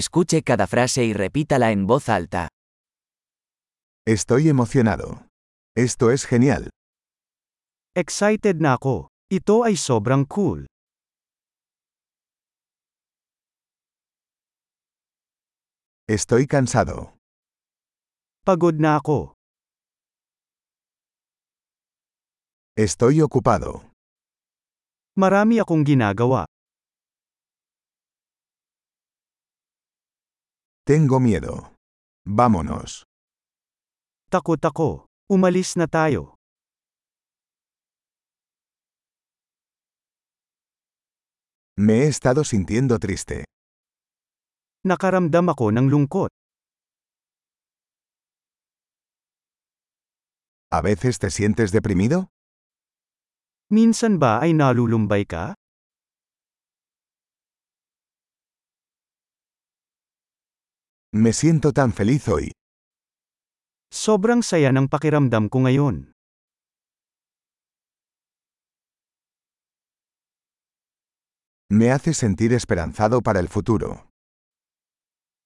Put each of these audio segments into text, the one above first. Escuche cada frase y repítala en voz alta. Estoy emocionado. Esto es genial. Excited na ako. Ito ay sobrang cool. Estoy cansado. Pagod na ako. Estoy ocupado. Marami akong ginagawa. Tengo miedo. Vámonos. Takot ako. Umalis na tayo. Me he estado sintiendo triste. Nakaramdam ako ng lungkot. ¿A veces te sientes deprimido? Minsan ba ay nalulumbay ka? Me siento tan feliz hoy. Sobrang saya ng pakiramdam ko ngayon. Me hace sentir esperanzado para el futuro.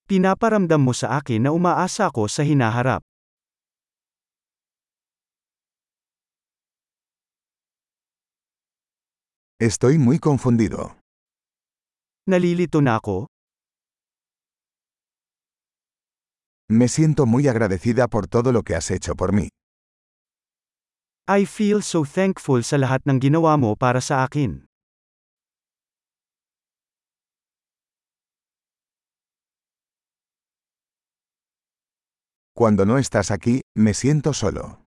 Pinaparamdam mo sa akin na umaasa ako sa hinaharap. Estoy muy confundido. Nalilito na ako, Me siento muy agradecida por todo lo que has hecho por mí. I feel so thankful sa lahat ng ginawa mo para sa akin. Cuando no estás aquí, me siento solo.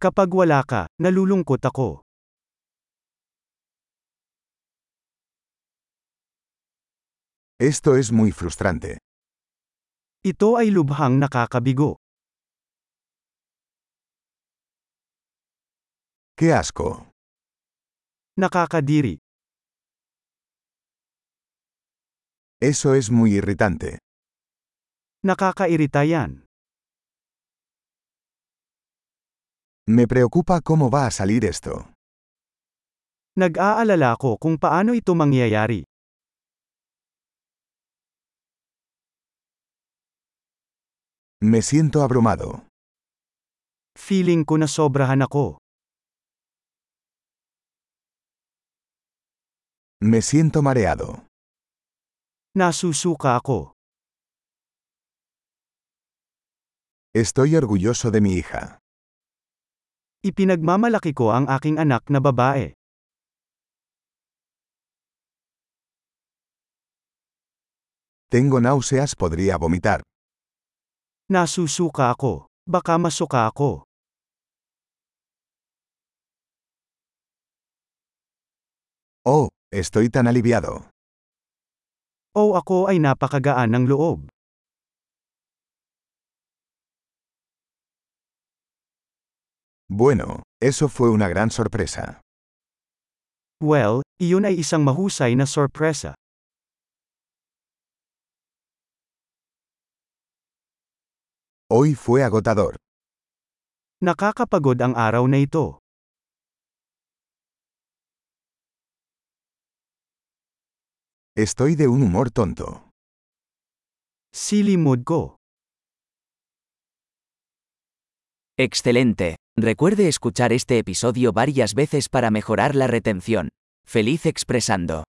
Kapag wala ka, nalulungkot ako. Esto es muy frustrante. Ito ay lubhang nakakabigo. ¡Qué asco! Nakakadiri. Eso es muy irritante. Nakakairita yan. Me preocupa cómo va a salir esto. Nag-aalala ko kung paano ito mangyayari. Me siento abrumado. Feeling ko na sobrahan ako. Me siento mareado. Nasusuka ako. Estoy orgulloso de mi hija. Ipinagmamalaki ko ang aking anak na babae. Tengo náuseas, podría vomitar. Nasusuka ako. Baka masuka ako. Oh, estoy tan aliviado. O ako ay napakagaan ng loob. Bueno, eso fue una gran sorpresa. Well, iyon ay isang mahusay na sorpresa. Hoy fue agotador. Nakakapagod ang araw na ito. Estoy de un humor tonto. Silly mood ko. Excelente. Recuerde escuchar este episodio varias veces para mejorar la retención. Feliz expresando.